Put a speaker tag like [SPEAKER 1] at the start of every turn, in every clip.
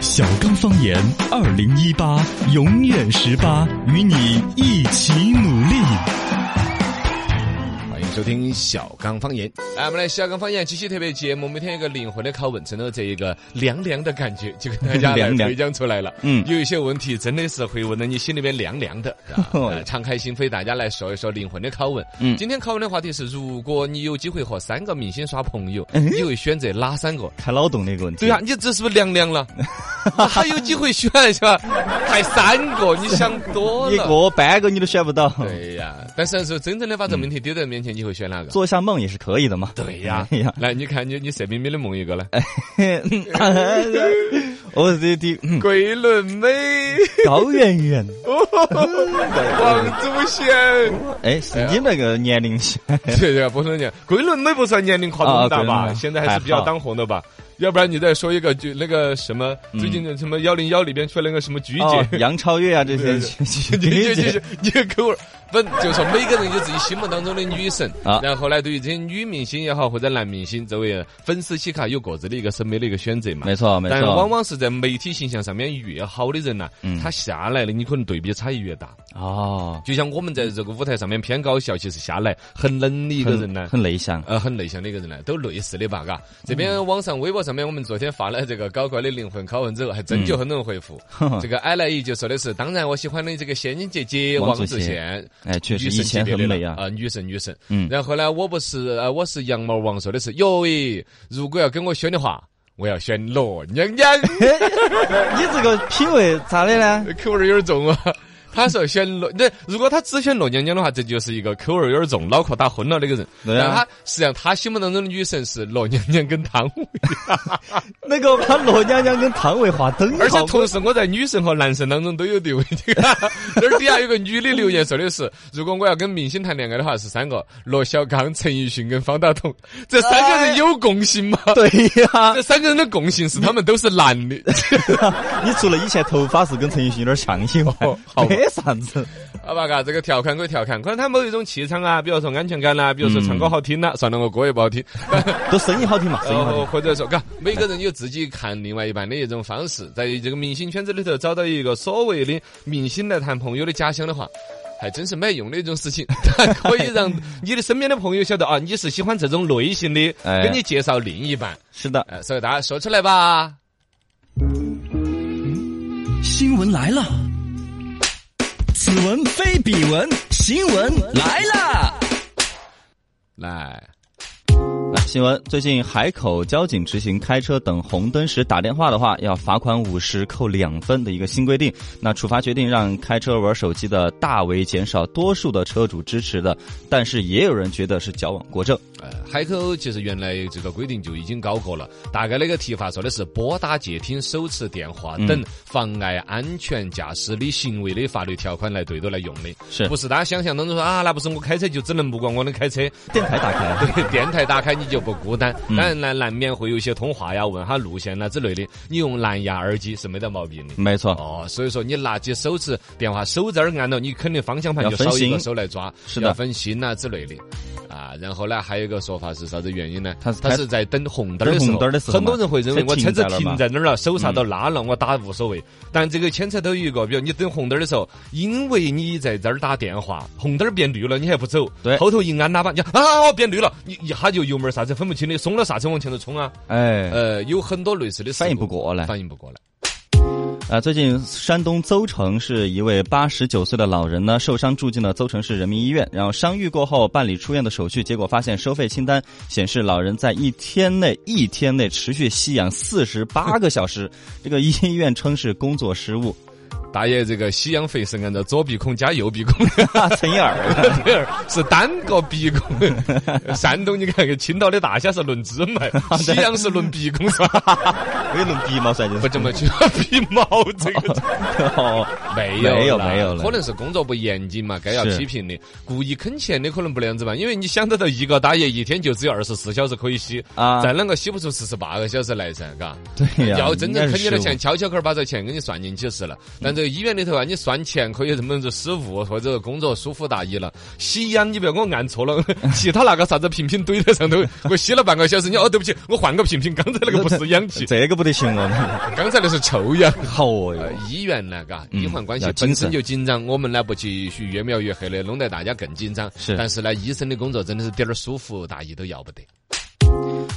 [SPEAKER 1] 新方言二零一八永远十八，与你一起努力。
[SPEAKER 2] 欢迎收听小刚方言。哎，我们来小刚方言七夕特别节目，每天一个灵魂的拷问，真的这一个凉凉的感觉就跟大家 来
[SPEAKER 1] 凉凉
[SPEAKER 2] 回讲出来了。
[SPEAKER 1] 嗯
[SPEAKER 2] 有一些问题真的是会问的你心里面凉凉 的，是吧
[SPEAKER 1] 哦
[SPEAKER 2] 呃敞开心扉，大家来说一说灵魂的拷问。
[SPEAKER 1] 嗯
[SPEAKER 2] 今天拷问的话题是：如果你有机会和三个明星耍 朋友，
[SPEAKER 1] 嗯
[SPEAKER 2] 你会选择哪三个？
[SPEAKER 1] 看老董那个问题，
[SPEAKER 2] 对啊，，你这是不是凉 凉了？还有机会选是吧？还三个，你想 多
[SPEAKER 1] 一
[SPEAKER 2] 了。
[SPEAKER 1] 个半个你都选不到，
[SPEAKER 2] 对呀、但是说真正的把
[SPEAKER 1] 嗯
[SPEAKER 2] 这问题丢在面前，你会选哪个？
[SPEAKER 1] 做一下梦也是可以的嘛。
[SPEAKER 2] 对呀、
[SPEAKER 1] 哎呀，
[SPEAKER 2] 来，你看你你色眯眯的梦一个呢，
[SPEAKER 1] 我这的嗯
[SPEAKER 2] 桂纶镁、
[SPEAKER 1] 高圆 圆，
[SPEAKER 2] 王祖贤，
[SPEAKER 1] 哎，是你那个年龄线，
[SPEAKER 2] 对对啊，不是你桂纶镁不算年龄跨度很大
[SPEAKER 1] 啊桂纶
[SPEAKER 2] 吧？
[SPEAKER 1] 镁
[SPEAKER 2] 现在还是比较当红的吧？要不然你再说一个，就那个什么，最近的什么幺零幺里边出来那个什么菊
[SPEAKER 1] 哦
[SPEAKER 2] 姐。
[SPEAKER 1] 杨超越啊这些
[SPEAKER 2] 对，你你你你给我，不就说每个人有自己心目当中的女神
[SPEAKER 1] 啊
[SPEAKER 2] 然后呢，对于这些女明星也好，或者男明星，作为粉丝喜卡有各自的一个审美的一个选择嘛。
[SPEAKER 1] 没错没
[SPEAKER 2] 但往
[SPEAKER 1] 错
[SPEAKER 2] 往是在媒体形象上面越好的人呐、啊
[SPEAKER 1] 嗯
[SPEAKER 2] 他下来了，你可能对比差异越大。
[SPEAKER 1] 哦，
[SPEAKER 2] 就像我们在这个舞台上面偏搞笑，其实下来很冷的一个人呢。
[SPEAKER 1] 很内向，
[SPEAKER 2] 呃，很内向的一个人呢，都类似的吧，嘎。这
[SPEAKER 1] 嗯
[SPEAKER 2] 边网上、微博上面，我们昨天发了这个搞怪的灵魂拷问之后，还真就很多人回复。
[SPEAKER 1] 嗯
[SPEAKER 2] 这个艾莱伊就说的是，当然我喜欢的这个仙女姐姐
[SPEAKER 1] 王
[SPEAKER 2] 王
[SPEAKER 1] 祖
[SPEAKER 2] 祖
[SPEAKER 1] 贤
[SPEAKER 2] 贤，
[SPEAKER 1] 哎，确实
[SPEAKER 2] 女
[SPEAKER 1] 以
[SPEAKER 2] 神级
[SPEAKER 1] 前
[SPEAKER 2] 别
[SPEAKER 1] 很
[SPEAKER 2] 的
[SPEAKER 1] 美
[SPEAKER 2] 了
[SPEAKER 1] 啊，
[SPEAKER 2] 啊，女神女神。
[SPEAKER 1] 嗯
[SPEAKER 2] 然后呢，我不是呃，我是羊毛王，说的是哟喂，如果要跟我选的话，我要选罗娘娘。
[SPEAKER 1] 啊 你这个品味咋的呢？
[SPEAKER 2] 口味儿有点重啊。他说选罗，那如果他只选罗娘娘的话，这就是一个口味儿有点重、脑壳打昏了那个人。
[SPEAKER 1] 对啊
[SPEAKER 2] 但他实际上他心目当中的女神是罗娘娘跟汤唯，
[SPEAKER 1] 那个把罗娘娘跟汤唯划等
[SPEAKER 2] 而且
[SPEAKER 1] 号，
[SPEAKER 2] 同时我在女神和男神当中都有地位。 这儿底下有个女的留言说的是，如果我要跟明星谈恋爱的话，是三个：罗小刚、陈奕迅跟方大同。这三个人有共性吗？
[SPEAKER 1] 对呀
[SPEAKER 2] 这，三个人的共性是他们都是男的。
[SPEAKER 1] 你除了以前头发是跟陈奕迅有点像以外
[SPEAKER 2] 哦，好吧
[SPEAKER 1] 没啥子。
[SPEAKER 2] 好吧，嘎，这个调侃归调侃，可能他某一种气场啊，比如说安全感啦、比如说唱歌好听啦、算了，我歌也不好听，
[SPEAKER 1] 都声音好听嘛，声音好
[SPEAKER 2] 呃，
[SPEAKER 1] 听。
[SPEAKER 2] 或者说，嘎，每个人有自己看另外一半的一种方式，在这个明星圈子里头找到一个所谓的明星来谈朋友的家乡的话。还真是没用的一种事情，它可以让你的身边的朋友晓得啊，你是喜欢这种类型的，
[SPEAKER 1] 哎
[SPEAKER 2] 给你介绍另一半，
[SPEAKER 1] 是的，
[SPEAKER 2] 呃，所以大家说出来吧。
[SPEAKER 3] 新闻来了，此文非彼文，新闻来了。
[SPEAKER 2] 来，
[SPEAKER 1] 来啊新闻：最近海口交警执行开车等红灯时打电话的话，要罚款五十扣两分的一个新规定。那处罚决定让开车玩手机的大为减少，多数的车主支持的，但是也有人觉得是矫枉过正。
[SPEAKER 2] 呃，海口其实原来这个规定就已经搞过了，大概那个提法说的是拨打接听手持电话等妨碍安全驾驶的行为的法律条款来对着来用的，
[SPEAKER 1] 是
[SPEAKER 2] 不是大家想象当中说啊，那不是我开车就只能不管我能开车，
[SPEAKER 1] 电台打开，
[SPEAKER 2] 对，电台打开你就不孤单。当然呢，难免会有一些通话呀、问下路线啊啦之类的，你用蓝牙耳机是没得毛病的。
[SPEAKER 1] 没错，
[SPEAKER 2] 哦，所以说你拿起手持电话手这儿按了，你肯定方向盘
[SPEAKER 1] 要
[SPEAKER 2] 就
[SPEAKER 1] 分
[SPEAKER 2] 少一个
[SPEAKER 1] 心
[SPEAKER 2] 手来抓，
[SPEAKER 1] 是
[SPEAKER 2] 要
[SPEAKER 1] 的
[SPEAKER 2] 分心呐、之类的。啊，然后呢，还有一个说法是啥子原因呢？
[SPEAKER 1] 他
[SPEAKER 2] 他
[SPEAKER 1] 是开
[SPEAKER 2] 是在等红灯儿
[SPEAKER 1] 等
[SPEAKER 2] 的时
[SPEAKER 1] 红
[SPEAKER 2] 候，
[SPEAKER 1] 灯儿的时候
[SPEAKER 2] 很多
[SPEAKER 1] 嘛
[SPEAKER 2] 人会认为
[SPEAKER 1] 车
[SPEAKER 2] 我
[SPEAKER 1] 停
[SPEAKER 2] 车子
[SPEAKER 1] 在那儿嘛
[SPEAKER 2] 停在那儿了，手刹都
[SPEAKER 1] 嗯
[SPEAKER 2] 拉了，我打无所谓。但这个牵扯到一个，比如你等红灯儿的时候，因为你在这儿打电话，红灯儿变绿了，你还不走，
[SPEAKER 1] 对
[SPEAKER 2] 后头一按喇叭，你啊我变绿了，你一下就油门儿啥子分不清的，松了刹车往前头冲啊。
[SPEAKER 1] 哎，
[SPEAKER 2] 呃，有很多类似的事
[SPEAKER 1] 反应
[SPEAKER 2] 故
[SPEAKER 1] 不过来。
[SPEAKER 2] 反应不过来。
[SPEAKER 1] 呃，最近山东邹城市一位八十九岁的老人呢，受伤住进了邹城市人民医院，然后伤愈过后办理出院的手续，结果发现收费清单显示老人在一天内一天内持续吸氧四十八个小时，这个医院称是工作失误，
[SPEAKER 2] 大爷，这个吸氧费是按照啊左鼻孔加右鼻孔，
[SPEAKER 1] 哈乘以 二。
[SPEAKER 2] 对儿是单个鼻孔。山东，你看青岛的大虾是论只 卖，
[SPEAKER 1] 啊
[SPEAKER 2] 吸氧是论鼻孔是吧？
[SPEAKER 1] 没有弄鼻毛噻，就是
[SPEAKER 2] 不这么去鼻毛这 个
[SPEAKER 1] 哦，
[SPEAKER 2] 没
[SPEAKER 1] 有
[SPEAKER 2] 有
[SPEAKER 1] 没有
[SPEAKER 2] 啦
[SPEAKER 1] 没有了
[SPEAKER 2] 可能是工作不严谨嘛，该要
[SPEAKER 1] 是
[SPEAKER 2] 批评的。故意坑钱的可能不那样子吧，因为你想得到一个大爷一天就只有二十四小时可以吸，
[SPEAKER 1] 啊
[SPEAKER 2] 再啷个吸不出四十八个小时来噻，嘎？
[SPEAKER 1] 对呀，
[SPEAKER 2] 要真正
[SPEAKER 1] 应该
[SPEAKER 2] 坑
[SPEAKER 1] 是
[SPEAKER 2] 你的
[SPEAKER 1] 失误
[SPEAKER 2] 钱，悄悄个儿把这钱给你算进去就是了。但这这医院里头啊，你算钱可以这么子失误或者工作疏忽大意了。吸烟你不要给我按错了，其他那个啥子瓶瓶堆在上头，我吸了半个小时，你哦对不起，我换个瓶瓶，刚才那个不是氧气，
[SPEAKER 1] 这个不得行哦，
[SPEAKER 2] 刚才那是臭氧。
[SPEAKER 1] 好哦哟
[SPEAKER 2] 呃，医院那个
[SPEAKER 1] 嗯
[SPEAKER 2] 医患关系
[SPEAKER 1] 要
[SPEAKER 2] 本
[SPEAKER 1] 谨慎
[SPEAKER 2] 身就紧张，我们呢不去去越描越黑的，弄得大家更紧张。
[SPEAKER 1] 是
[SPEAKER 2] 但是呢，医生的工作真的是点儿疏忽大意都要不得。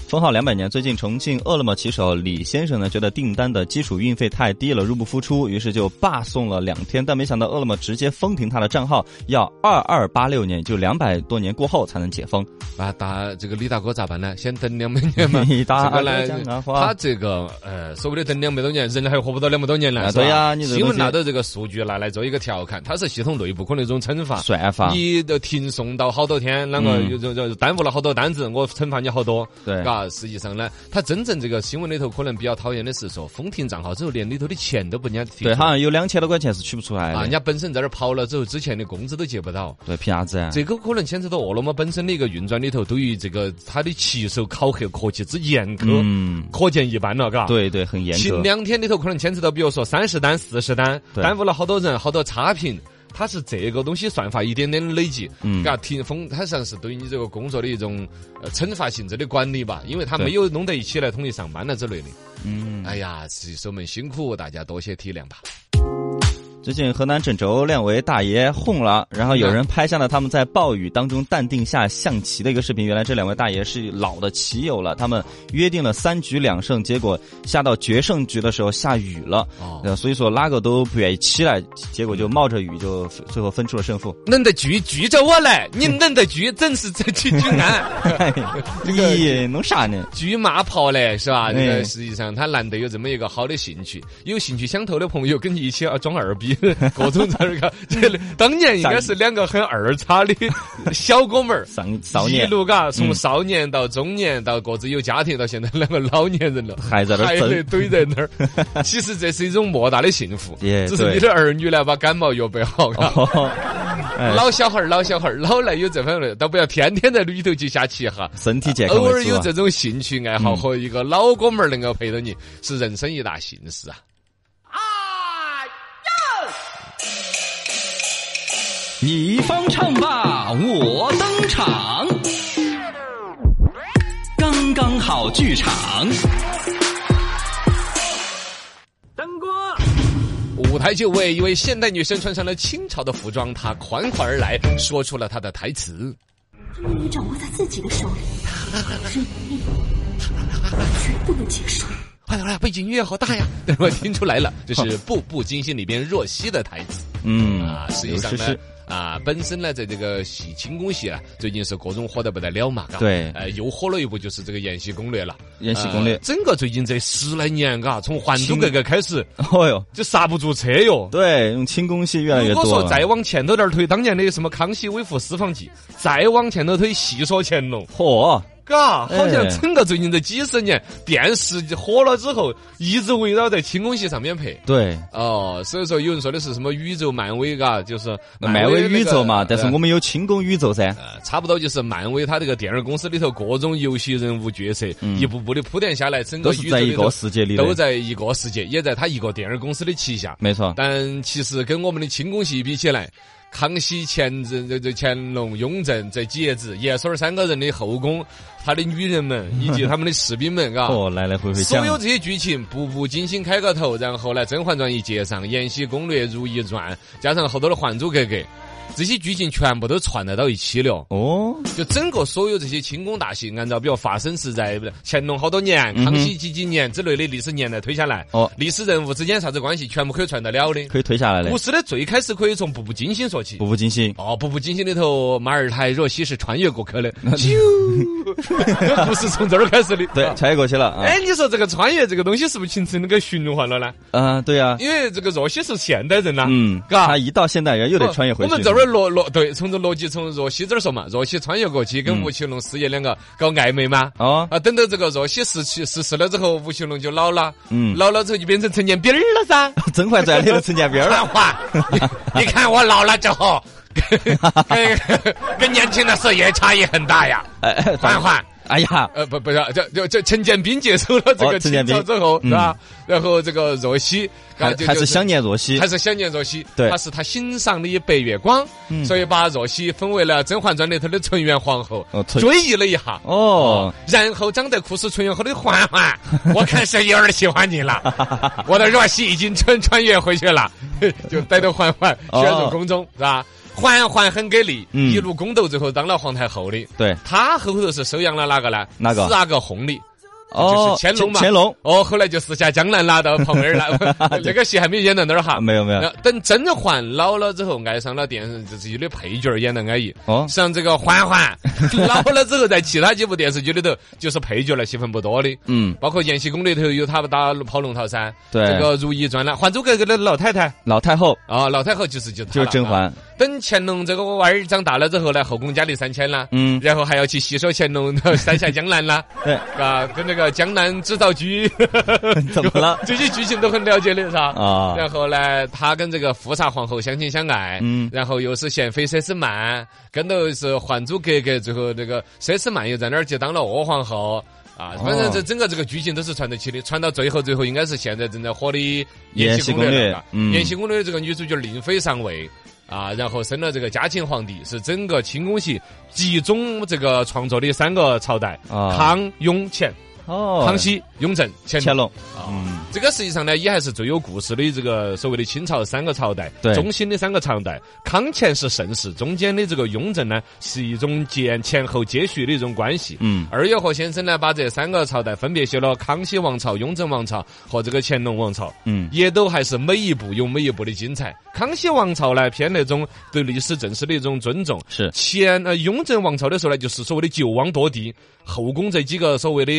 [SPEAKER 1] 封号两百年，最近重庆饿了么骑手李先生呢，觉得订单的基础运费太低了，入不敷出，于是就罢送了两天。但没想到饿了么直接封停他的账号，要二二八六年，就两百多年过后才能解 封。。
[SPEAKER 2] 那大啊这个李大哥咋办呢？先等两百年 嘛
[SPEAKER 1] 你大
[SPEAKER 2] 这
[SPEAKER 1] 二
[SPEAKER 2] 个
[SPEAKER 1] 哥讲啊
[SPEAKER 2] 呢，
[SPEAKER 1] 话
[SPEAKER 2] 他这个呃，所谓的等两百多年，人还活不到两百多年
[SPEAKER 1] 啊
[SPEAKER 2] 呢。是吧
[SPEAKER 1] 对呀你这
[SPEAKER 2] 新
[SPEAKER 1] 东
[SPEAKER 2] 闻
[SPEAKER 1] 西
[SPEAKER 2] 拿到这个数据拿来做一个调侃，它是系统内部可能一种惩罚。
[SPEAKER 1] 算法
[SPEAKER 2] 你的停送到好多天，啷个
[SPEAKER 1] 啊嗯
[SPEAKER 2] 又就就耽误了好多单子，我惩罚你好多。
[SPEAKER 1] 对
[SPEAKER 2] 嘎，实际上呢，他真正这个新闻里头可能比较讨厌的是说，封停账号之后，连里头的钱都不人家提出
[SPEAKER 1] 对，
[SPEAKER 2] 来。
[SPEAKER 1] 好像有两千多块钱是取不出来
[SPEAKER 2] 啊，人
[SPEAKER 1] 的。
[SPEAKER 2] 家本身在这儿跑了之后，之前的工资都结不到。
[SPEAKER 1] 对，凭啥子啊？
[SPEAKER 2] 这个可能牵扯到饿了么本身的一个运转里头，对于这个它的骑手考核科技之严格，
[SPEAKER 1] 嗯，
[SPEAKER 2] 可见一斑了，嘎。。
[SPEAKER 1] 对对，很严
[SPEAKER 2] 前
[SPEAKER 1] 格。
[SPEAKER 2] 两天里头可能牵扯到，比如说三十单、四十单，
[SPEAKER 1] 对
[SPEAKER 2] 耽误了好多人，好多差评。它是这个东西算法一点点累积，
[SPEAKER 1] 嗯
[SPEAKER 2] 嘎，停风，它像是对你这个工作的一种呃惩罚性质的管理吧，因为它
[SPEAKER 1] 对
[SPEAKER 2] 没有弄在一起来统一上班了啊之类的。
[SPEAKER 1] 嗯，
[SPEAKER 2] 哎呀，骑手们辛苦，大家多些体谅吧。
[SPEAKER 1] 最近河南郑州两位大爷红了，然后有人拍下了他们在暴雨当中淡定下象棋的一个视频。原来这两位大爷是老的棋友了，他们约定了三局两胜，结果下到决胜局的时候下雨了，
[SPEAKER 2] 哦
[SPEAKER 1] 呃，所以说哪个都不愿意起来，结果就冒着雨就 最后分出了胜负。
[SPEAKER 2] 弄得局局着我来，你弄得局正是这局局安。
[SPEAKER 1] 哎 咦，弄啥呢？
[SPEAKER 2] 举马跑嘞，是吧？这
[SPEAKER 1] 哎
[SPEAKER 2] 个实际上他难得有这么一个好的兴趣，有兴趣相投的朋友跟你一起啊装二 逼，各种这个， 这当年应该是两个很二叉的 小哥们儿。
[SPEAKER 1] 上少
[SPEAKER 2] 一
[SPEAKER 1] 年
[SPEAKER 2] 路嘎，
[SPEAKER 1] 嗯
[SPEAKER 2] 从少年到中年，到各自有家庭，到现在两个老年人了，
[SPEAKER 1] 还在那儿
[SPEAKER 2] 还
[SPEAKER 1] 争
[SPEAKER 2] 得堆在那 儿。其实这是一种莫大的幸福，
[SPEAKER 1] 也
[SPEAKER 2] 只是
[SPEAKER 1] 对
[SPEAKER 2] 你的儿女呢把感冒药备好，嘎
[SPEAKER 1] 哦，哎，
[SPEAKER 2] 老小孩儿，老小孩儿，老来有这方面的，倒不要天天在里头去下棋哈。
[SPEAKER 1] 身体健康
[SPEAKER 2] 偶
[SPEAKER 1] 为
[SPEAKER 2] 尔
[SPEAKER 1] 主
[SPEAKER 2] 有
[SPEAKER 1] 啊
[SPEAKER 2] 这种兴趣爱好和一个老哥们儿能够陪着你，是人生一大幸事啊！
[SPEAKER 3] 你方唱罢我登场，刚刚好剧场。
[SPEAKER 2] 舞台就位，一位现代女生穿上了清朝的服装，她款款而来，说出了她的台词。
[SPEAKER 4] 你掌握在自己的手里，人命绝不能接受。
[SPEAKER 2] 哎呀，背景音乐好大呀！ 我听出来了，这是 《步步惊心》里边若曦的台词。
[SPEAKER 1] 嗯
[SPEAKER 2] 啊，实际
[SPEAKER 1] 有
[SPEAKER 2] 上
[SPEAKER 1] 诗
[SPEAKER 2] 呢
[SPEAKER 1] 诗。
[SPEAKER 2] 啊，本身呢，在这个戏清宫戏啊，最近是各种火得不得了嘛，嘎
[SPEAKER 1] 对
[SPEAKER 2] 呃，又火了一部就是这个《延禧攻略》了，《
[SPEAKER 1] 延禧攻略
[SPEAKER 2] 整个最近这十来年，嘎，从《还珠格格》开始，
[SPEAKER 1] 哦哟，
[SPEAKER 2] 就刹不住车哟。
[SPEAKER 1] 对，用轻功戏越来越
[SPEAKER 2] 如
[SPEAKER 1] 多
[SPEAKER 2] 果
[SPEAKER 1] 了。
[SPEAKER 2] 说再往前头点儿推，当年的什么《康熙微服私访记》，再往前头推《戏说乾隆》，
[SPEAKER 1] 嚯，
[SPEAKER 2] 嘎，好像
[SPEAKER 1] 哎
[SPEAKER 2] 整个最近这几十年，电视火了之后，一直围绕在清宫戏上面拍。
[SPEAKER 1] 对，
[SPEAKER 2] 哦，所以说有人说的是什么宇宙漫威，嘎，就是
[SPEAKER 1] 漫威
[SPEAKER 2] 那个
[SPEAKER 1] 宇宙嘛，但是
[SPEAKER 2] 呃
[SPEAKER 1] 我们有轻功宇宙噻。
[SPEAKER 2] 呃，差不多就是漫威它这个电影公司里头各种游戏人物角色，一步步的铺垫下来，整
[SPEAKER 1] 嗯
[SPEAKER 2] 个
[SPEAKER 1] 都是在一
[SPEAKER 2] 宇宙
[SPEAKER 1] 个
[SPEAKER 2] 头
[SPEAKER 1] 世界里的
[SPEAKER 2] 都在一个世界，也在它一个电影公司的旗下。
[SPEAKER 1] 没错，
[SPEAKER 2] 但其实跟我们的清宫戏比起来，康熙、乾正、这这乾隆、雍正这几爷子爷孙儿三个人的后宫，他的女人们以及他们的士兵们，嘎。
[SPEAKER 1] 哦，来来回回
[SPEAKER 2] 所
[SPEAKER 1] 讲，
[SPEAKER 2] 有这些剧情，步步惊心开个头，然后来《甄嬛传》一接上，《延禧攻略》如懿传，加上后头的《还珠格格》，这些剧情全部都串得到一起了。
[SPEAKER 1] 哦，
[SPEAKER 2] 就整个所有这些清宫大戏，按照比如发生是在乾隆好多年、
[SPEAKER 1] 嗯哼
[SPEAKER 2] 康熙几几年之类的历史年代推下来，
[SPEAKER 1] 哦
[SPEAKER 2] 历史人物之间啥子关系，全部可以串得了的。
[SPEAKER 1] 可以推下来的
[SPEAKER 2] 故，事的最开始可以从《步步惊心》说起
[SPEAKER 1] 步。步惊心。
[SPEAKER 2] 哦，《步步惊心》里头，马尔泰若曦是穿越过 去的，啾， 不是从这儿开始的。
[SPEAKER 1] 对，穿越过去了啊！
[SPEAKER 2] 哎，你说这个穿越这个东西是不是形成那个循环了呢？
[SPEAKER 1] 啊，对呀，
[SPEAKER 2] 因为这个若曦是现代人呐、
[SPEAKER 1] 嗯，
[SPEAKER 2] 啊嘎哦
[SPEAKER 1] 他一到现代人又得穿越回去。
[SPEAKER 2] 我们这儿逻逻对，从这逻辑从若曦这儿说嘛，若曦穿越过去跟
[SPEAKER 1] 嗯
[SPEAKER 2] 吴奇隆师爷两个搞暧昧嘛。
[SPEAKER 1] 哦，
[SPEAKER 2] 啊，等到这个若曦逝去逝世了之后，吴奇隆就老了，
[SPEAKER 1] 嗯
[SPEAKER 2] 老了之后就变成陈建斌儿了噻。
[SPEAKER 1] 《甄嬛传》里的陈建斌儿 了，
[SPEAKER 2] 看话，你你看我老了之 后，跟跟年轻的时候也差异很大呀。
[SPEAKER 1] 哎，哎
[SPEAKER 2] 嬛嬛，
[SPEAKER 1] 哎呀，
[SPEAKER 2] 呃，不不是，就就就陈建斌接手了这
[SPEAKER 1] 哦
[SPEAKER 2] 个
[SPEAKER 1] 陈建斌
[SPEAKER 2] 清朝之后，是吧？然后这个若曦，啊
[SPEAKER 1] 还
[SPEAKER 2] 就
[SPEAKER 1] 还
[SPEAKER 2] 就是
[SPEAKER 1] 相念若曦
[SPEAKER 2] 还，是想念若曦，
[SPEAKER 1] 对
[SPEAKER 2] 她是他欣赏的白月光，所以把若曦分为了《甄嬛传》里头的纯元皇后
[SPEAKER 1] 哦，纯
[SPEAKER 2] 追忆了一下。
[SPEAKER 1] 哦，
[SPEAKER 2] 然后张德库是纯元后的嬛嬛， 我看是有点喜欢 你了。我的若曦已经穿穿越回去了， 就带着嬛嬛
[SPEAKER 1] 哦
[SPEAKER 2] 宣入宫中，是吧？嬛嬛很给力，
[SPEAKER 1] 嗯
[SPEAKER 2] 一路宫斗，最后当了皇太后的。
[SPEAKER 1] 对，
[SPEAKER 2] 她后头是收养了哪个呢？
[SPEAKER 1] 哪个
[SPEAKER 2] 四阿哥弘历。
[SPEAKER 1] 哦，
[SPEAKER 2] 就是乾隆嘛
[SPEAKER 1] 乾隆，
[SPEAKER 2] 哦，后来就四下江南啦，到旁边 了。这个戏还没演到那儿哈
[SPEAKER 1] 啊，没有没有
[SPEAKER 2] 呃，等甄嬛老了之后，爱上了电视剧里的配角，演的安逸。
[SPEAKER 1] 哦
[SPEAKER 2] 像这个嬛嬛老了之后，在其他几部电视剧里头就是配角了，戏份不多的。
[SPEAKER 1] 嗯，
[SPEAKER 2] 包括《延禧宫》里头有她打跑龙套噻，
[SPEAKER 1] 对
[SPEAKER 2] 这个《如懿传》啦，《还珠格格》的老太太
[SPEAKER 1] 老太后
[SPEAKER 2] 啊，老太后就是就是她
[SPEAKER 1] 就是
[SPEAKER 2] 了
[SPEAKER 1] 甄。嬛
[SPEAKER 2] 啊，等乾隆这个娃儿长大了之后呢，后宫佳丽三千啦，
[SPEAKER 1] 嗯
[SPEAKER 2] 然后还要去吸收乾 隆的三下江南啦，
[SPEAKER 1] 对，
[SPEAKER 2] 啊，跟那个江南制造局
[SPEAKER 1] 怎么了
[SPEAKER 2] 这些剧情都很了解的是吧？
[SPEAKER 1] 啊
[SPEAKER 2] 然后呢，他跟这个富察皇后相亲相爱，
[SPEAKER 1] 嗯
[SPEAKER 2] 然后又是嫌妃佘诗曼，跟头是《还珠格格》，最后这个佘诗曼又在那儿去当了二皇后。啊，
[SPEAKER 1] 哦
[SPEAKER 2] 反正这整个这个剧情都是传得起的，传到最后，最后应该是现在正在火的《延禧
[SPEAKER 1] 延禧
[SPEAKER 2] 攻
[SPEAKER 1] 攻略
[SPEAKER 2] 了吧
[SPEAKER 1] 嗯
[SPEAKER 2] 延禧攻略》这个女主角令妃上位啊，然后生了这个嘉庆皇帝，是整个清宫戏集中这个创作的三个朝代：
[SPEAKER 1] 啊
[SPEAKER 2] 康、雍、乾。
[SPEAKER 1] 哦，
[SPEAKER 2] 康熙、雍正、乾
[SPEAKER 1] 乾
[SPEAKER 2] 隆。
[SPEAKER 1] 隆，
[SPEAKER 2] 啊
[SPEAKER 1] 嗯
[SPEAKER 2] 这个实际上呢，也还是最有故事的这个所谓的清朝三个朝代
[SPEAKER 1] 对，
[SPEAKER 2] 中兴的三个朝代。康乾是盛世，中间的这个雍正呢，是一种前前后接续的一种关系。
[SPEAKER 1] 嗯
[SPEAKER 2] 二月河先生呢，把这三个朝代分别写了康熙王朝、雍正王朝和这个乾隆王朝，
[SPEAKER 1] 嗯，
[SPEAKER 2] 也都还是每一步有每一步的精彩。康熙王朝呢，偏那种对历史正史的一种尊重，
[SPEAKER 1] 是
[SPEAKER 2] 前呃雍正王朝的时候呢，就是所谓的九王夺嫡，后宫这几个所谓的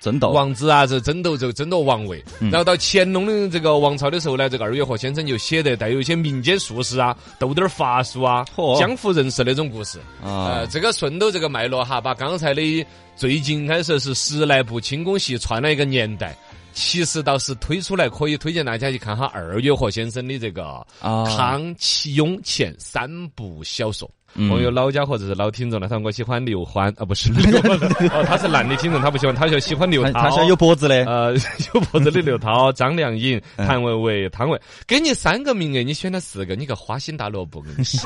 [SPEAKER 1] 真斗，
[SPEAKER 2] 王子啊，这争斗就争夺王位。
[SPEAKER 1] 嗯
[SPEAKER 2] 然后到乾隆的这个王朝的时候呢，这个二月河先生就写得带有一些民间术士啊、斗点儿法术啊
[SPEAKER 1] 嚯、
[SPEAKER 2] 江湖人士那种故事。
[SPEAKER 1] 啊
[SPEAKER 2] 呃，，这个顺斗这个脉络哈，把刚才的最近开始是十来部清宫戏串了一个年代。其实倒是推出来，可以推荐大家去看哈二月河先生的这个
[SPEAKER 1] 啊
[SPEAKER 2] 《康熙雍乾》三部小说。
[SPEAKER 1] 嗯
[SPEAKER 2] 我有老家伙者是老听众了，他说我喜欢刘欢啊，不是 刘欢，哦，他是男的听众，他不喜欢，他就喜欢刘
[SPEAKER 1] 他
[SPEAKER 2] 涛。
[SPEAKER 1] 他是有脖子的，
[SPEAKER 2] 呃， 有脖子的刘涛、张靓颖、谭维维、汤唯，给你三个名额，你选了四个，你个花心大萝卜，你是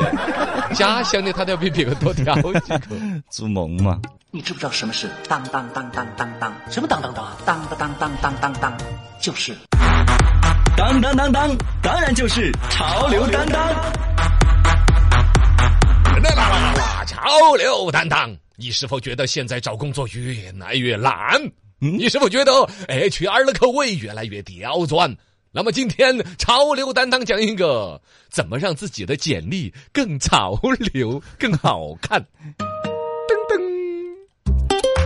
[SPEAKER 2] 家乡的，他都要比别个多挑几个。
[SPEAKER 1] 做梦嘛，
[SPEAKER 5] 你知不知道什么是当当当当当当？什么当当当啊？当当当当当当当，就是。
[SPEAKER 3] 当当当当，当然就是潮流担当。
[SPEAKER 2] 啦啦啦啦啦，潮流担当，你是否觉得现在找工作越来越难？
[SPEAKER 1] 嗯
[SPEAKER 2] 你是否觉得 HR 的口味越来越刁钻？那么今天潮流担当讲一个怎么让自己的简历更潮流、更好看。噔噔。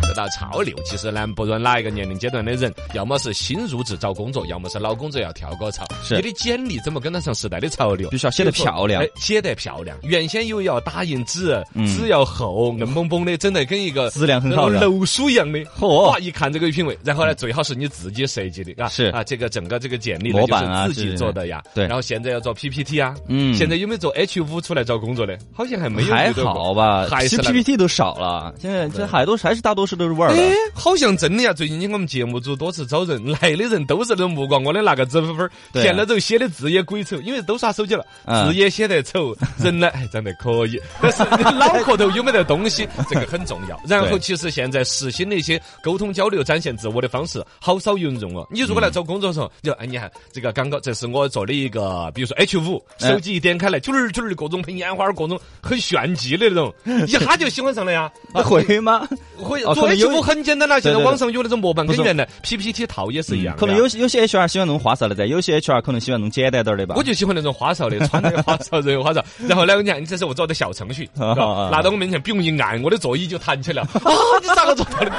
[SPEAKER 2] 说到潮流，其实呢，不论哪一个年龄阶段的人，要么是新入职找工作，要么是老工作要跳个槽。
[SPEAKER 1] 是
[SPEAKER 2] 你的简历怎么跟得上时代的潮流？
[SPEAKER 1] 必须要写得漂亮
[SPEAKER 2] 哎写得漂亮。原先又要打印纸
[SPEAKER 1] 嗯，
[SPEAKER 2] 纸要厚，硬绷绷的，整得跟一个
[SPEAKER 1] 质量很好的
[SPEAKER 2] 那种楼书一样的。
[SPEAKER 1] 嚯
[SPEAKER 2] 哇，一看这个有品位。然后呢，最好是你自己设计的啊，
[SPEAKER 1] 是
[SPEAKER 2] 啊，这个整个这个简历呢
[SPEAKER 1] 模板啊
[SPEAKER 2] 就是自
[SPEAKER 1] 之类
[SPEAKER 2] 己
[SPEAKER 1] 的
[SPEAKER 2] 做的呀。
[SPEAKER 1] 对
[SPEAKER 2] 然后现在要做 PPT 啊，
[SPEAKER 1] 嗯
[SPEAKER 2] 现在有没有做 H 五出来找工作的？好像还没有遇到
[SPEAKER 1] 还
[SPEAKER 2] 过，
[SPEAKER 1] 好吧，
[SPEAKER 2] 还
[SPEAKER 1] 其实
[SPEAKER 2] 是那个
[SPEAKER 1] PPT 都少了，现在这还都还是大多数都是味儿
[SPEAKER 2] 哎
[SPEAKER 1] 的，，
[SPEAKER 2] 好像真的呀！最近我们节目组多次招人，来的人都是那种目光我的拿个纸粉粉儿
[SPEAKER 1] 对啊
[SPEAKER 2] 填了之后写的字也鬼丑，因为都耍手机了，
[SPEAKER 1] 嗯
[SPEAKER 2] 字也写得丑，人呢 还长得可以，但是你脑壳头有没得 东西，这个很重要。然后
[SPEAKER 1] 对
[SPEAKER 2] 其实现在实行的一些沟通交流、展现自我的方式，好少有人用哦。你如果
[SPEAKER 1] 嗯
[SPEAKER 2] 来找工作的时候，你就哎，你看这个刚刚这是我做的一个，比如说 H 五，
[SPEAKER 1] 哎
[SPEAKER 2] 手机一点开来，啾儿啾儿各种喷烟花，各种很炫技的 那种，一下就喜欢上了呀。
[SPEAKER 1] 那会吗？
[SPEAKER 2] 会
[SPEAKER 1] 哦可
[SPEAKER 2] 做
[SPEAKER 1] 能
[SPEAKER 2] H
[SPEAKER 1] 有
[SPEAKER 2] 5很简单啦，啊现在
[SPEAKER 1] 对对
[SPEAKER 2] 网上有那种模板
[SPEAKER 1] 不
[SPEAKER 2] 跟
[SPEAKER 1] 是嗯
[SPEAKER 2] 原来 PPT 套也是一样的呀。
[SPEAKER 1] 可能有些有些 HR 喜欢弄花哨的噻，有些 HR 可能喜欢弄简单点儿的吧
[SPEAKER 2] 我。就喜欢那种花 哨的，穿那个花哨，人有花哨。然后呢，你看，你这是我做的小程序，是
[SPEAKER 1] 啊啊
[SPEAKER 2] 吧
[SPEAKER 1] 啊
[SPEAKER 2] 拿到我面前，比如一按，我的座椅就弹 起来了。啊，你咋个做到的？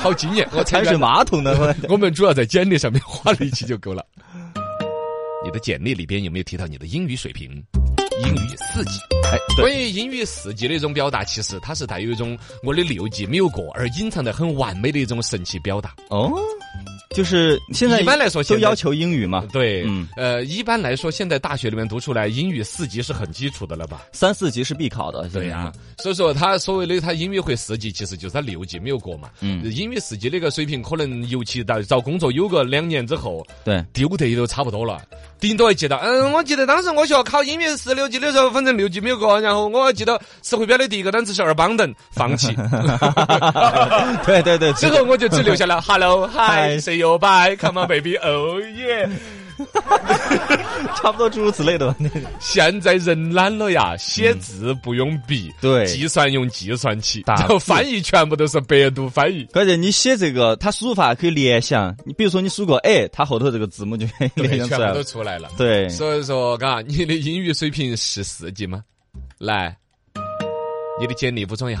[SPEAKER 2] 好惊艳！我才
[SPEAKER 1] 还是马桶呢，我
[SPEAKER 2] 我们主要在简历上面花力气就够了。你的简历里边有没有提到你的英语水平？英语四级，哎，关于英语四级的一种表达，其实它是带有一种我的六级没有过而隐藏的很完美的一种神奇表达。
[SPEAKER 1] 哦，就是现在
[SPEAKER 2] 一般来说
[SPEAKER 1] 都
[SPEAKER 2] 现在
[SPEAKER 1] 要求英语嘛，
[SPEAKER 2] 对，
[SPEAKER 1] 嗯
[SPEAKER 2] 呃，一般来说，现在大学里面读出来英语四级是很基础的了吧？
[SPEAKER 1] 三四级是必考的。现在
[SPEAKER 2] 呀、所以说他所谓的他英语会四级，其实就是他六级没有过嘛。
[SPEAKER 1] 嗯
[SPEAKER 2] 英语四级那个水平，可能尤其到找工作有个两年之后，
[SPEAKER 1] 对，
[SPEAKER 2] 丢得也都差不多了。顶多还记得，嗯，我记得当时我学校考英语四六级的时候，反正六级没有过，然后我还记得词汇表的第一个单词是二帮人，放 弃。
[SPEAKER 1] 对对对，
[SPEAKER 2] 之后我就只留下了 hello hi
[SPEAKER 1] Hi
[SPEAKER 2] say you bye come on baby oh yeah。
[SPEAKER 1] 差不多诸如此类的 吧。那个
[SPEAKER 2] 现在人懒了呀，写字不用笔，
[SPEAKER 1] 对
[SPEAKER 2] 计算用计算器，
[SPEAKER 1] 打字
[SPEAKER 2] 然后翻译全部都是百度翻译。
[SPEAKER 1] 关键你写这个，它输入法可以联想。你比如说你输个 a，它后头这个字母就可以联想
[SPEAKER 2] 全
[SPEAKER 1] 出来
[SPEAKER 2] 部都
[SPEAKER 1] 了。
[SPEAKER 2] 出来了。
[SPEAKER 1] 对，
[SPEAKER 2] 所以说，嘎，你的英语水平是四级吗？来，你的简历补充一下，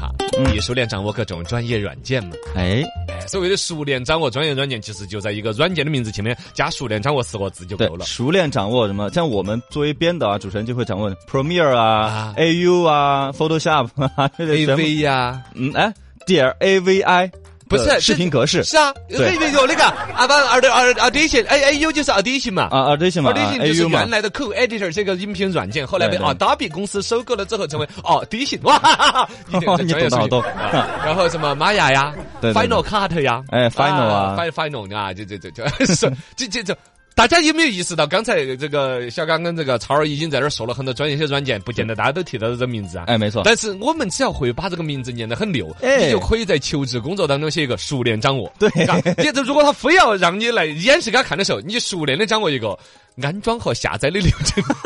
[SPEAKER 2] 你熟练掌握各种专业软件吗？
[SPEAKER 1] 哎，
[SPEAKER 2] 哎所谓的熟练掌握专业软件，其实就在一个软件的名字前面加“熟练掌握”四个字就
[SPEAKER 1] 对
[SPEAKER 2] 够，了。
[SPEAKER 1] 熟练掌握什么？像我们作为编导啊、主持人就会掌握 Premiere 啊
[SPEAKER 2] 啊、
[SPEAKER 1] AU 啊、Photoshop 啊，这些什么？
[SPEAKER 2] 呀，
[SPEAKER 1] 嗯，哎，点 AVI
[SPEAKER 2] 不是
[SPEAKER 1] 的视频格式
[SPEAKER 2] 是啊，
[SPEAKER 1] 对
[SPEAKER 2] 对对有那个啊，把二的二 audition，哎哎，U 就是 audition 嘛，
[SPEAKER 1] 啊，Audition 嘛
[SPEAKER 2] Audition 哦就是
[SPEAKER 1] ，AU 嘛
[SPEAKER 2] 原。来的 Co Editor 这个音频软件，后来被
[SPEAKER 1] 对对
[SPEAKER 2] Adobe 公司收购了之后，成为哦 Audition。哇哈哈哈，一点这专业
[SPEAKER 1] 你懂得好
[SPEAKER 2] 水
[SPEAKER 1] 多
[SPEAKER 2] 平 啊然后什么玛雅呀
[SPEAKER 1] 对对对
[SPEAKER 2] ，Final Cut 呀，
[SPEAKER 1] 哎，Final 啊
[SPEAKER 2] ，Fi-，Final 啊，这这这这 是这这这。大家有没有意识到，刚才这个小刚跟这个超儿已经在这儿说了很多专业些软件，不见得大家都提到这个名字啊。
[SPEAKER 1] 哎没错
[SPEAKER 2] 但是我们只要会把这个名字念得很溜，
[SPEAKER 1] 哎
[SPEAKER 2] 你就可以在求职工作当中写一个熟练掌握。
[SPEAKER 1] 对
[SPEAKER 2] 啊也就如果他非要让你来演示给他看的时候，你熟练的掌握一个安装和下载的流程。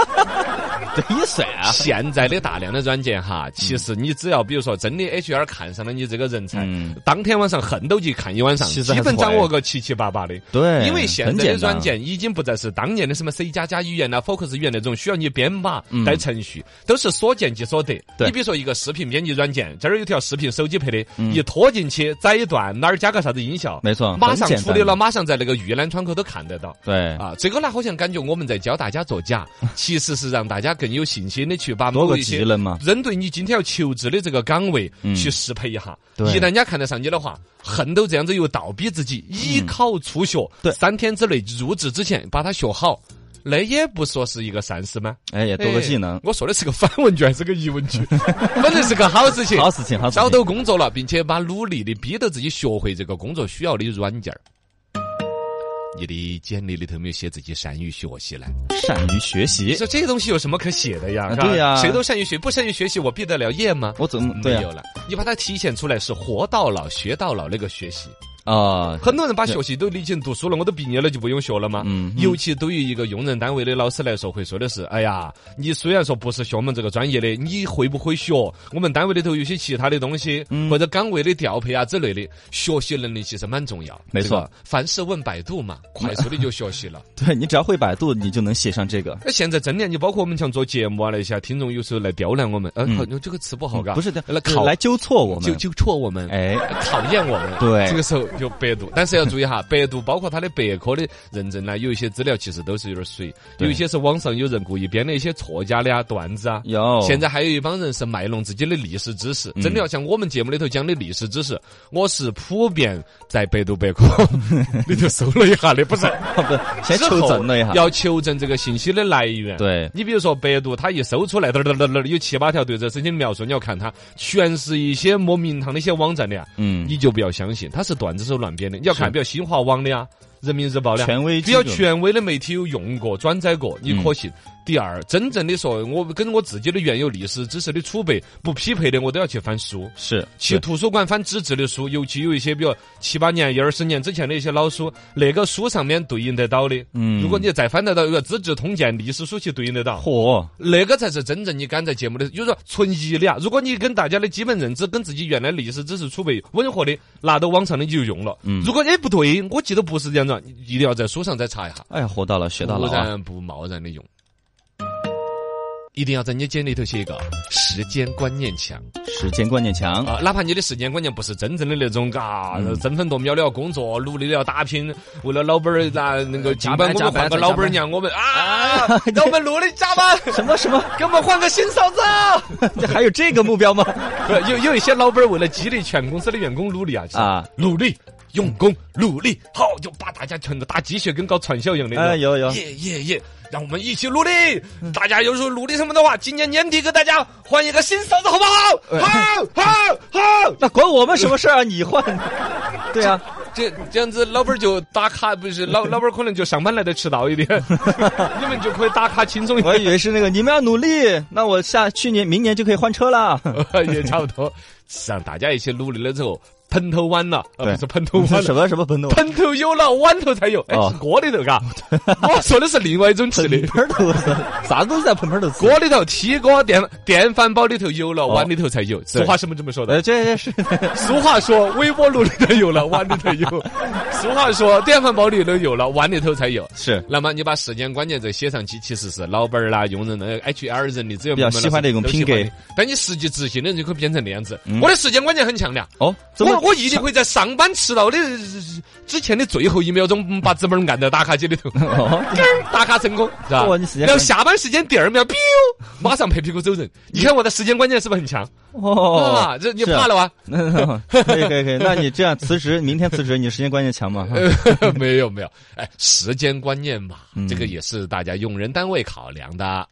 [SPEAKER 1] 这也算 啊。嗯
[SPEAKER 2] 现在的大量的软件哈，其实你只要比如说真的 HR 看上了你这个人才
[SPEAKER 1] 嗯，
[SPEAKER 2] 当天晚上恨都去看一晚上，
[SPEAKER 1] 其实还是
[SPEAKER 2] 基本掌握个七七八八的。
[SPEAKER 1] 对
[SPEAKER 2] 因为现
[SPEAKER 1] 很
[SPEAKER 2] 在的
[SPEAKER 1] 简单
[SPEAKER 2] 软件已经不再是当年的什么 C 加加语言呐、Focus 语言那种需要你编码带程序，都是所见即所得。
[SPEAKER 1] 嗯对
[SPEAKER 2] 你比如说一个视频编辑软件，这儿有条视频手机拍的，一拖进去载一段，哪儿加个啥子音效，
[SPEAKER 1] 嗯没错
[SPEAKER 2] 马
[SPEAKER 1] 很
[SPEAKER 2] 上
[SPEAKER 1] 简单
[SPEAKER 2] 处理了，马上在那个预览窗口都看得到。
[SPEAKER 1] 对
[SPEAKER 2] 啊，这个呢，好像感觉我们在教大家作 假，其实是让大家更有信心的去把
[SPEAKER 1] 多
[SPEAKER 2] 某
[SPEAKER 1] 个
[SPEAKER 2] 一
[SPEAKER 1] 技
[SPEAKER 2] 些
[SPEAKER 1] 能嘛嗯
[SPEAKER 2] 针对你今天要求职的这个岗位去适配一下。
[SPEAKER 1] 对
[SPEAKER 2] 一旦人家看得上你的话，恨都这样子又倒逼自己艺考初学，
[SPEAKER 1] 嗯对
[SPEAKER 2] 三天之内入职之前把它学好。那也不说是一个善事吗？
[SPEAKER 1] 哎，也多个技能
[SPEAKER 2] 哎，我说的是个反问句还是个疑 问句？反正是个好事情。
[SPEAKER 1] 好事情，好事
[SPEAKER 2] 找
[SPEAKER 1] 情。
[SPEAKER 2] 到工作了，并且把努力的逼到自己学会这个工作需要的软件儿。你的简历里头没有写自己善于学习呢？
[SPEAKER 1] 善于学
[SPEAKER 2] 你
[SPEAKER 1] 习，
[SPEAKER 2] 说这东西有什么可写的呀
[SPEAKER 1] 啊？对呀
[SPEAKER 2] 谁都善于学，不善于学习，我毕得了业吗？嗯
[SPEAKER 1] 我怎么对啊呀
[SPEAKER 2] 没有了，你把它体现出来是活到老学到老那个学习。
[SPEAKER 1] 啊？
[SPEAKER 2] 很多人把学习都理清读书了，我都毕业了就不用学了吗？
[SPEAKER 1] 嗯
[SPEAKER 2] 尤其对于一个用人单位的老师来说，会说的是：哎呀，你虽然说不是学我们这个专业的，你会不会学？我们单位里头有些其他的东西，
[SPEAKER 1] 嗯
[SPEAKER 2] 或者岗位的调配啊之类的，学习能力其实蛮重要。
[SPEAKER 1] 没错
[SPEAKER 2] 这个，凡事问百度嘛，快速的就学习了。
[SPEAKER 1] 对你只要会百度，你就能写上这个。
[SPEAKER 2] 那现在真的，你包括我们像做节目啊那些啊，听众有时候来刁难我们，呃，好这个词不好，嘎，
[SPEAKER 1] 嗯不是的，
[SPEAKER 2] 来考
[SPEAKER 1] 来纠错我
[SPEAKER 2] 就
[SPEAKER 1] 们。
[SPEAKER 2] 就戳我们，
[SPEAKER 1] 哎，
[SPEAKER 2] 讨厌我们。
[SPEAKER 1] 对
[SPEAKER 2] 这个时候就百度，但是要注意哈，百度包括它的百科的认证呢，有一些资料其实都是有点水，
[SPEAKER 1] 对
[SPEAKER 2] 有一些是网上有人故意编的一些错假的啊段子啊。
[SPEAKER 1] 有嗯
[SPEAKER 2] 现在还有一帮人是卖弄自己的历史知识，真的要像我们节目里头讲的历史知识，我是普遍在百 度百科里头搜了一下的，不是。
[SPEAKER 1] 不先求证了一下
[SPEAKER 2] 之后。要求证这个信息的来源。
[SPEAKER 1] 对
[SPEAKER 2] 你比如说百度，它一搜出来，嘚儿嘚儿嘚儿嘚儿有七八条对这事情描述，你要看它全是一些莫名堂的一些网站的呀，
[SPEAKER 1] 嗯
[SPEAKER 2] 你就不要相信，它是段子手乱编的。你要看，比如新华网的呀，人民日报的呀，
[SPEAKER 1] 权威
[SPEAKER 2] 比较
[SPEAKER 1] 基准
[SPEAKER 2] 权威的媒体有用过、转载过，你可信。第二，真正的说，我跟我自己的原有历史知识的储备不匹配的，我都要去翻书。
[SPEAKER 1] 是
[SPEAKER 2] 去
[SPEAKER 1] 是
[SPEAKER 2] 图书馆翻纸质的书，尤其有一些比如七八年、一二十年之前的一些老书，那个书上面对应得到的。
[SPEAKER 1] 嗯
[SPEAKER 2] 如果你再翻得到一个《资治通鉴》历史书去对应得到。
[SPEAKER 1] 嚯，
[SPEAKER 2] 那个才是真正你敢在节目里，就是说存疑的啊！如果你跟大家的基本认知跟自己原来历史知识储备吻合的，拿到网上的你就用了。
[SPEAKER 1] 嗯
[SPEAKER 2] 如果哎不对，我记得不是这样子，你一定要在书上再查一下，
[SPEAKER 1] 哎呀，活到老学到
[SPEAKER 2] 不
[SPEAKER 1] 老啊！
[SPEAKER 2] 然不贸然的用。一定要在你简历头写一个时间观念强。
[SPEAKER 1] 时间观念强，
[SPEAKER 2] 啊，哪怕你的时间观念不是真正的那种嘎，争分夺秒的要工作，努力的要打拼，为了老板儿咋能够加班，我们换个老板儿娘，我们啊，让我们努力加班，
[SPEAKER 1] 什么什么？
[SPEAKER 2] 给我们换个新嫂子。
[SPEAKER 1] 这还 有这个目标吗？
[SPEAKER 2] 不，有有一些老板儿为了激励全公司的员工努力啊，
[SPEAKER 1] 啊
[SPEAKER 2] 努力。用功努力，好，就把大家全都打鸡血，跟搞传销一样的。
[SPEAKER 1] 哎有有
[SPEAKER 2] 耶耶耶！让我们一起努力。大家有时候努力什么的话，今年年底给大家换一个新嫂子，好不好？好，好，好。
[SPEAKER 1] 那管我们什么事儿啊？你 换，对啊，
[SPEAKER 2] 这这样子，老板儿就打卡，不是老老板儿可能就上班来的迟到一 点，你们就可以打卡轻松一
[SPEAKER 1] 我
[SPEAKER 2] 点。
[SPEAKER 1] 以为是那个你们要努力，那我下去年明年就可以换车 了。
[SPEAKER 2] 也差不多，让大家一起努力了之后，盆头弯了，啊，
[SPEAKER 1] 对
[SPEAKER 2] 不是盆头弯
[SPEAKER 1] 什
[SPEAKER 2] 了。
[SPEAKER 1] 么什么喷头，
[SPEAKER 2] 盆头有了，碗头才有。哎，
[SPEAKER 1] 哦
[SPEAKER 2] 是锅里头 嘎。我说的是另外一种吃
[SPEAKER 1] 盆
[SPEAKER 2] 的，
[SPEAKER 1] 盆头，啥东西在盆盆头吃？
[SPEAKER 2] 锅里头、铁锅、电电饭煲里头有了，碗里头才
[SPEAKER 1] 哦
[SPEAKER 2] 有。俗话是不是这么说的
[SPEAKER 1] 呃，？这这是
[SPEAKER 2] 俗话说，微波炉里头有了， 碗里头有；俗话说，电饭煲里头有了，碗里头才有。
[SPEAKER 1] 是
[SPEAKER 2] 那么你把时间关键词写上去，其实是老板儿啦、用人呃 HR 人力资源
[SPEAKER 1] 比较
[SPEAKER 2] 部门啦
[SPEAKER 1] 喜欢的一种
[SPEAKER 2] 都喜欢
[SPEAKER 1] 拼给嗯
[SPEAKER 2] 的但你实际执行的人就可以变成那样子。我的时间观念很强的。
[SPEAKER 1] 哦，怎么
[SPEAKER 2] 我我一定会在上班迟到的之前的最后一秒钟，嗯把资本按到打卡机里 头，
[SPEAKER 1] 哦
[SPEAKER 2] 咯儿打卡成功，是吧
[SPEAKER 1] 哇哦你时？间
[SPEAKER 2] 然后下班时间第二秒，biu，马上拍屁股走人。你看我的时间观念是不是很强？
[SPEAKER 1] 哦
[SPEAKER 2] 啊，，这你
[SPEAKER 1] 是啊
[SPEAKER 2] 怕了？吧？
[SPEAKER 1] 那那 可以可以可以，那你这样辞职，明天辞职，你时间观念 强吗？
[SPEAKER 2] 呃，没有没有，哎，时间观念嘛，
[SPEAKER 1] 嗯
[SPEAKER 2] 这个也是大家用人单位考量的。